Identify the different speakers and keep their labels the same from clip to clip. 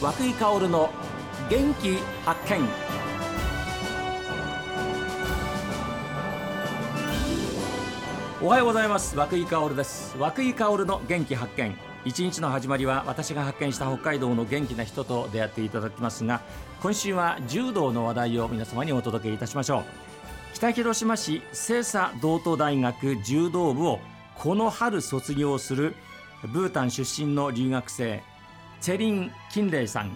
Speaker 1: 和久井薫の元気発見おはようございます和久井薫です和久井薫の元気発見一日の始まりは私が発見した北海道の元気な人と出会っていただきますが今週は柔道の話題を皆様にお届けいたしましょう北広島市清佐道東大学柔道部をこの春卒業するブータン出身の留学生チェリン・キンレイさん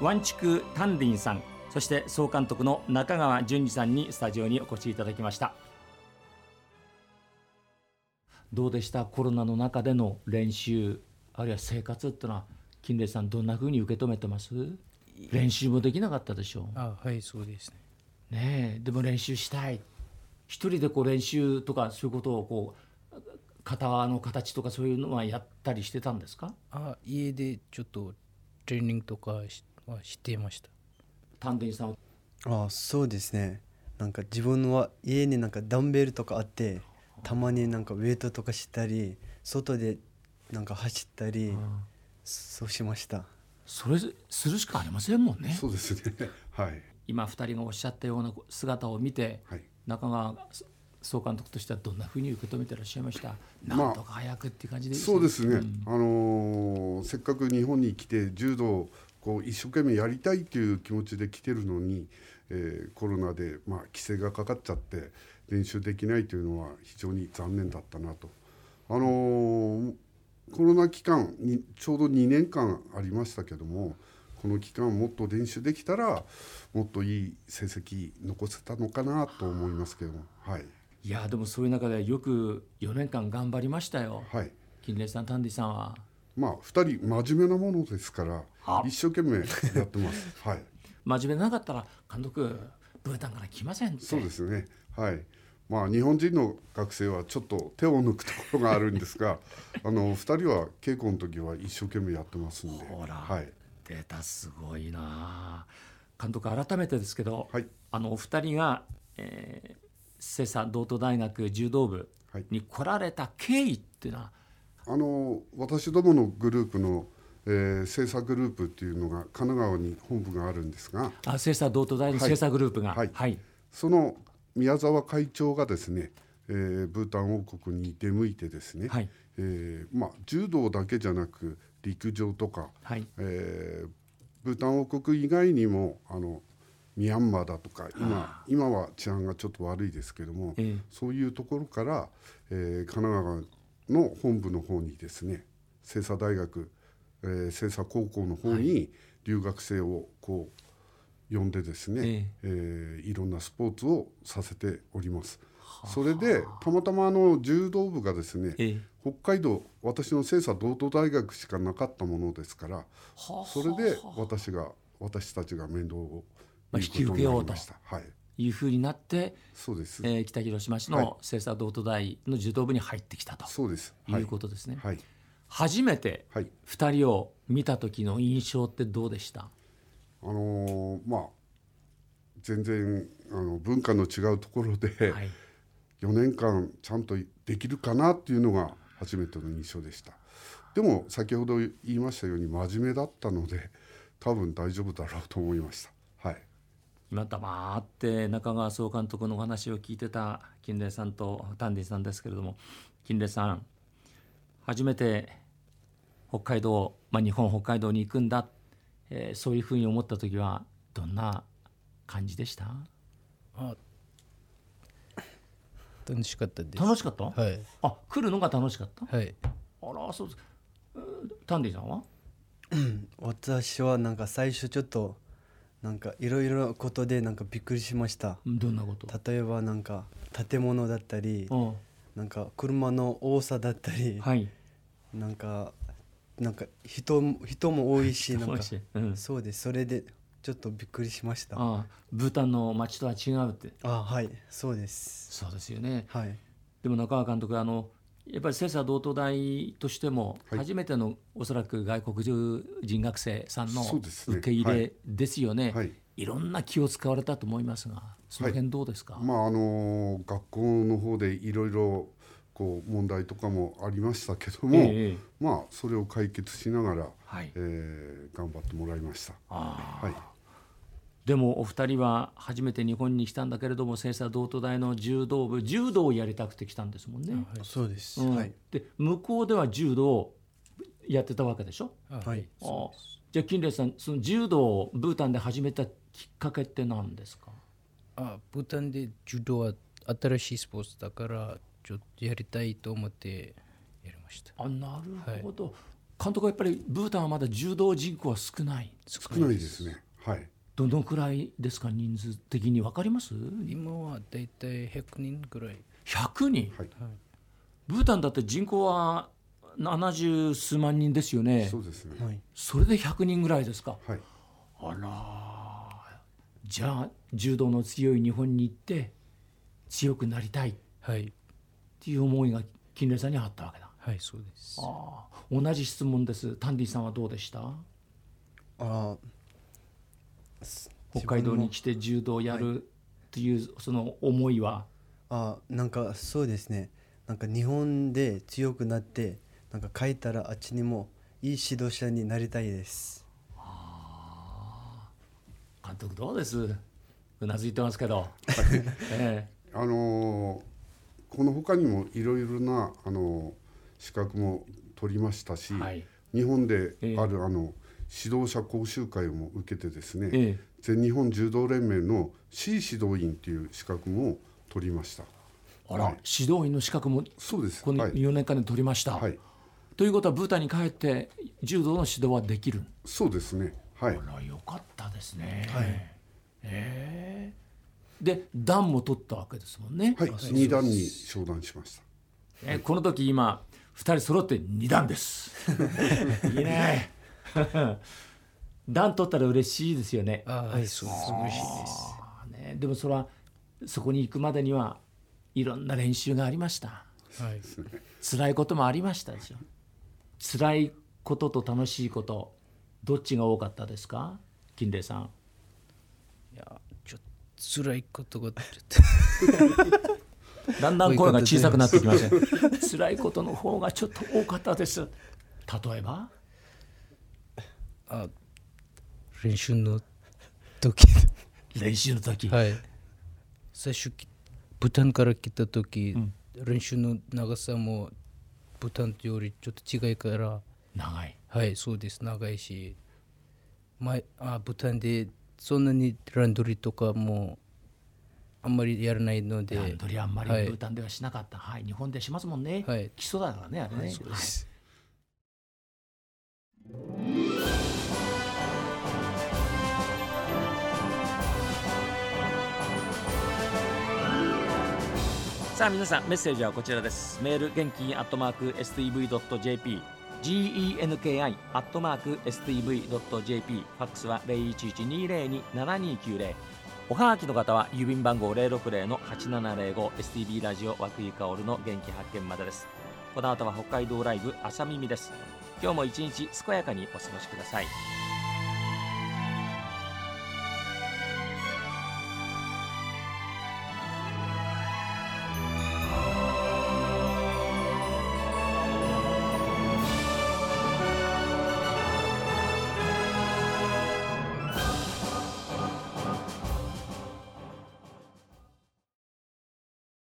Speaker 1: ワンチク・タンディンさんそして総監督の中川淳二さんにスタジオにお越しいただきましたどうでしたコロナの中での練習あるいは生活っていうのは金麗さんどんなふうに受け止めてます練習もできなかったでしょ
Speaker 2: あはいそうですね
Speaker 1: うねえでも練習したい一人でこう練習とかそういうことをこう型の形とかそういうのはやったりしてたんですか
Speaker 2: あ家でちょっとトレーニングとかしはしていました
Speaker 1: 丹田さんは
Speaker 3: あそうですねなんか自分は家になんかダンベルとかあってたまになんかウェイトとかしたり外でなんか走ったりそうしました
Speaker 1: それするしかありませんもんね
Speaker 4: そうですね。はい。
Speaker 1: 今二人がおっしゃったような姿を見て、
Speaker 4: はい。
Speaker 1: 中川総監督としてはどんなふうに受け止めてらっしゃいました、
Speaker 4: まあ
Speaker 1: なんとか早くっていう感じで
Speaker 4: そうですね。
Speaker 1: ん
Speaker 4: あのーせっかく日本に来て柔道をこう一生懸命やりたいという気持ちで来てるのに、えーコロナでまあ規制がかかっちゃって練習できないというのは非常に残念だったなと。あのーコロナ期間にちょうど2年間ありましたけどもこの期間もっと練習できたらもっといい成績残せたのかなと思いますけどもはい
Speaker 1: いやでもそういう中でよく四年間頑張りましたよ、
Speaker 4: はい
Speaker 1: 金麗さん丹田さんは
Speaker 4: まあ2人真面目なものですから
Speaker 1: あ
Speaker 4: 一生懸命やってます はい
Speaker 1: 真面目でなかったら監督ブータンから来ませんって
Speaker 4: そうですねはいまあ日本人の学生はちょっと手を抜くところがあるんです があの2人は稽古の時は一生懸命やってますんで
Speaker 1: ほら
Speaker 4: はい
Speaker 1: 出たすごいなあ監督改めてですけど、
Speaker 4: はい
Speaker 1: あのお二人が、えー、瀬佐道東大学柔道部
Speaker 4: はい
Speaker 1: に来られた経緯っていうのは、
Speaker 4: あの私どものグループの、えー、制作グループっていうのが神奈川に本部があるんですが
Speaker 1: あ瀬佐道東大の瀬佐グループが、
Speaker 4: はいその宮沢会長がですね、えーブータン王国に出向いてですね、
Speaker 1: はい
Speaker 4: えーまあ、柔道だけじゃなく陸上とか、
Speaker 1: はい
Speaker 4: えーブータン王国以外にもあのミャンマーだとか今今は治安がちょっと悪いですけども、
Speaker 1: ええ
Speaker 4: そういうところから、えー神奈川の本部の方にですね清佐大学、えー、清佐高校の方に留学生をこう呼んでですね、えーいろんなスポーツをさせております。それでたまたまあの柔道部がですね、
Speaker 1: ええ
Speaker 4: 北海道私の清査道東大学しかなかったものですから
Speaker 1: はあ
Speaker 4: それで私が私たちが面倒を
Speaker 1: まあ
Speaker 4: 見ることになりましたはい
Speaker 1: いうふうになって、
Speaker 4: そうです、
Speaker 1: えー北広島市の清佐道東大の柔道部に入ってきたと
Speaker 4: そうですはいいう
Speaker 1: ことですね、
Speaker 4: はい
Speaker 1: 初めて
Speaker 4: はい
Speaker 1: 二人を見た時の印象ってどうでした
Speaker 4: あのーまあ全然あの文化の違うところで、
Speaker 1: はい
Speaker 4: 4年間ちゃんとできるかなっていうのが初めての印象でしたでも先ほど言いましたように真面目だったので多分大丈夫だろうと思いましたはい
Speaker 1: 今黙って中川総監督のお話を聞いてた金麗さんと丹田さんですけれども金麗さん初めて北海道、まあ、日本北海道に行くんだ、えーそういうふうに思った時はどんな感じでした
Speaker 2: あ楽しかったです
Speaker 1: 楽しかった、
Speaker 2: はい
Speaker 1: あ来るのが楽しかった
Speaker 2: はい
Speaker 1: あらそうですうん丹田さんは
Speaker 3: 私はなんか最初ちょっとなんかいろいろなことでなんかびっくりしました
Speaker 1: どんなこと
Speaker 3: 例えばなんか建物だったり
Speaker 1: うん
Speaker 3: なんか車の多さだったり
Speaker 1: はい
Speaker 3: なんかなんか人も人も多 いしなんか
Speaker 1: 楽しいうん、
Speaker 3: そうですそれでちょっとびっくりしましたあ
Speaker 1: ああブータンの街とは違うって
Speaker 3: はいそうです
Speaker 1: そうですよね
Speaker 3: はい
Speaker 1: でも中川監督あのやっぱり清佐道東大としても
Speaker 4: はい
Speaker 1: 初めてのおそらく外国人学生さんの
Speaker 4: そうですね
Speaker 1: 受け入れですよねい
Speaker 4: はい
Speaker 1: ろんな気を使われたと思いますがその辺どうですか、
Speaker 4: まああの学校の方でいろいろここう問題とかもありましたけど
Speaker 1: え
Speaker 4: も、
Speaker 1: えええ
Speaker 4: まあそれを解決しながら、
Speaker 1: はい
Speaker 4: えー頑張ってもらいました。
Speaker 1: ああ
Speaker 4: はい
Speaker 1: でもお二人は初めて日本に来たんだけれども先生は同都大の柔道部柔道をやりたくて来たんですもんね。
Speaker 3: そうです、
Speaker 1: うん
Speaker 3: はい
Speaker 1: で向こうでは柔道をやってたわけでしょ
Speaker 2: あ
Speaker 3: はい
Speaker 1: ああじゃあ金麗さんその柔道をブータンで始めたきっかけって何ですか
Speaker 2: あブータンで柔道は新しいスポーツだからちょっとやりたいと思ってやりました
Speaker 1: あなるほど、監督はやっぱりブータンはまだ柔道人口は少ない
Speaker 4: 少ないですね。はい。
Speaker 1: どのくらいですか人数的に分かります
Speaker 2: 今はだいたい100人ぐらい
Speaker 1: 100人、
Speaker 4: はい
Speaker 1: ブータンだって人口は70数万人ですよね
Speaker 4: そうですね。
Speaker 3: はい、
Speaker 1: それで100人ぐらいですか
Speaker 4: はい。
Speaker 1: あらじゃあ柔道の強い日本に行って強くなりたいっ
Speaker 2: はい
Speaker 1: ていう思いが金麗さんにあったわけだ
Speaker 2: はいそうです
Speaker 1: ああ同じ質問ですタンディさんはどうでした
Speaker 3: あ
Speaker 1: 北海道に来て柔道をやるっていうその思いは、
Speaker 3: あなんかそうですねなんか日本で強くなってなんか書いたらあっちにもいい指導者になりたいです
Speaker 1: 監督どうですうなずいてますけど、え
Speaker 4: あのーこの他にもいろいろなあのー資格も取りましたし、
Speaker 1: えはい
Speaker 4: 日本で
Speaker 1: ええ
Speaker 4: あるあの指導者講習会も受けてですね、
Speaker 1: ええ
Speaker 4: 全日本柔道連盟の C 指導員という資格も取りました。
Speaker 1: あら、
Speaker 4: はい
Speaker 1: 指導員の資格も
Speaker 4: そうです。
Speaker 1: この
Speaker 4: はい。
Speaker 1: 4年間で取りました、
Speaker 4: はい。
Speaker 1: ということはブータンに帰って柔道の指導はできる
Speaker 4: そうですね。はい。
Speaker 1: あらよかったですね、ええで段も取ったわけですもんね、
Speaker 4: はい。二段に昇段しました。
Speaker 1: えこの時今2人揃って2段ですいいね 段取ったら嬉しいですよね
Speaker 2: あはいそうです嬉しいです
Speaker 1: あーねでもそれはそこに行くまでにはいろんな練習がありました
Speaker 2: はい
Speaker 1: 辛いこともありましたでしょ辛いことと楽しいことどっちが多かったですか金麗さん
Speaker 2: いやちょっと辛いことがちょっ
Speaker 1: だんだん声が小さくなってきません 辛いことの方がちょっと多かったです例えば
Speaker 2: とあ練習の時
Speaker 1: 練習の時、
Speaker 2: はい最初きブタンから来た時、練習の長さもブタンよりちょっと違いから
Speaker 1: 長い
Speaker 2: はいそうです長いし前あブタンでそんなにランドリーとかもあんまりやらないので
Speaker 1: ランドリーあんまり
Speaker 2: はい
Speaker 1: ブータンではしなかった、はい日本でしますもんね、
Speaker 2: はい
Speaker 1: 基礎だからねあれね、
Speaker 2: そうです
Speaker 1: さあ皆さんメッセージはこちらですメール元気アットマーク STV.jp genki アットマーク STV.jp ファックスは0112027290おはがきの方は郵便番号060の 8705STB ラジオ和久井薫の元気発見までですこの後は北海道ライブ朝耳です今日も一日健やかにお過ごしください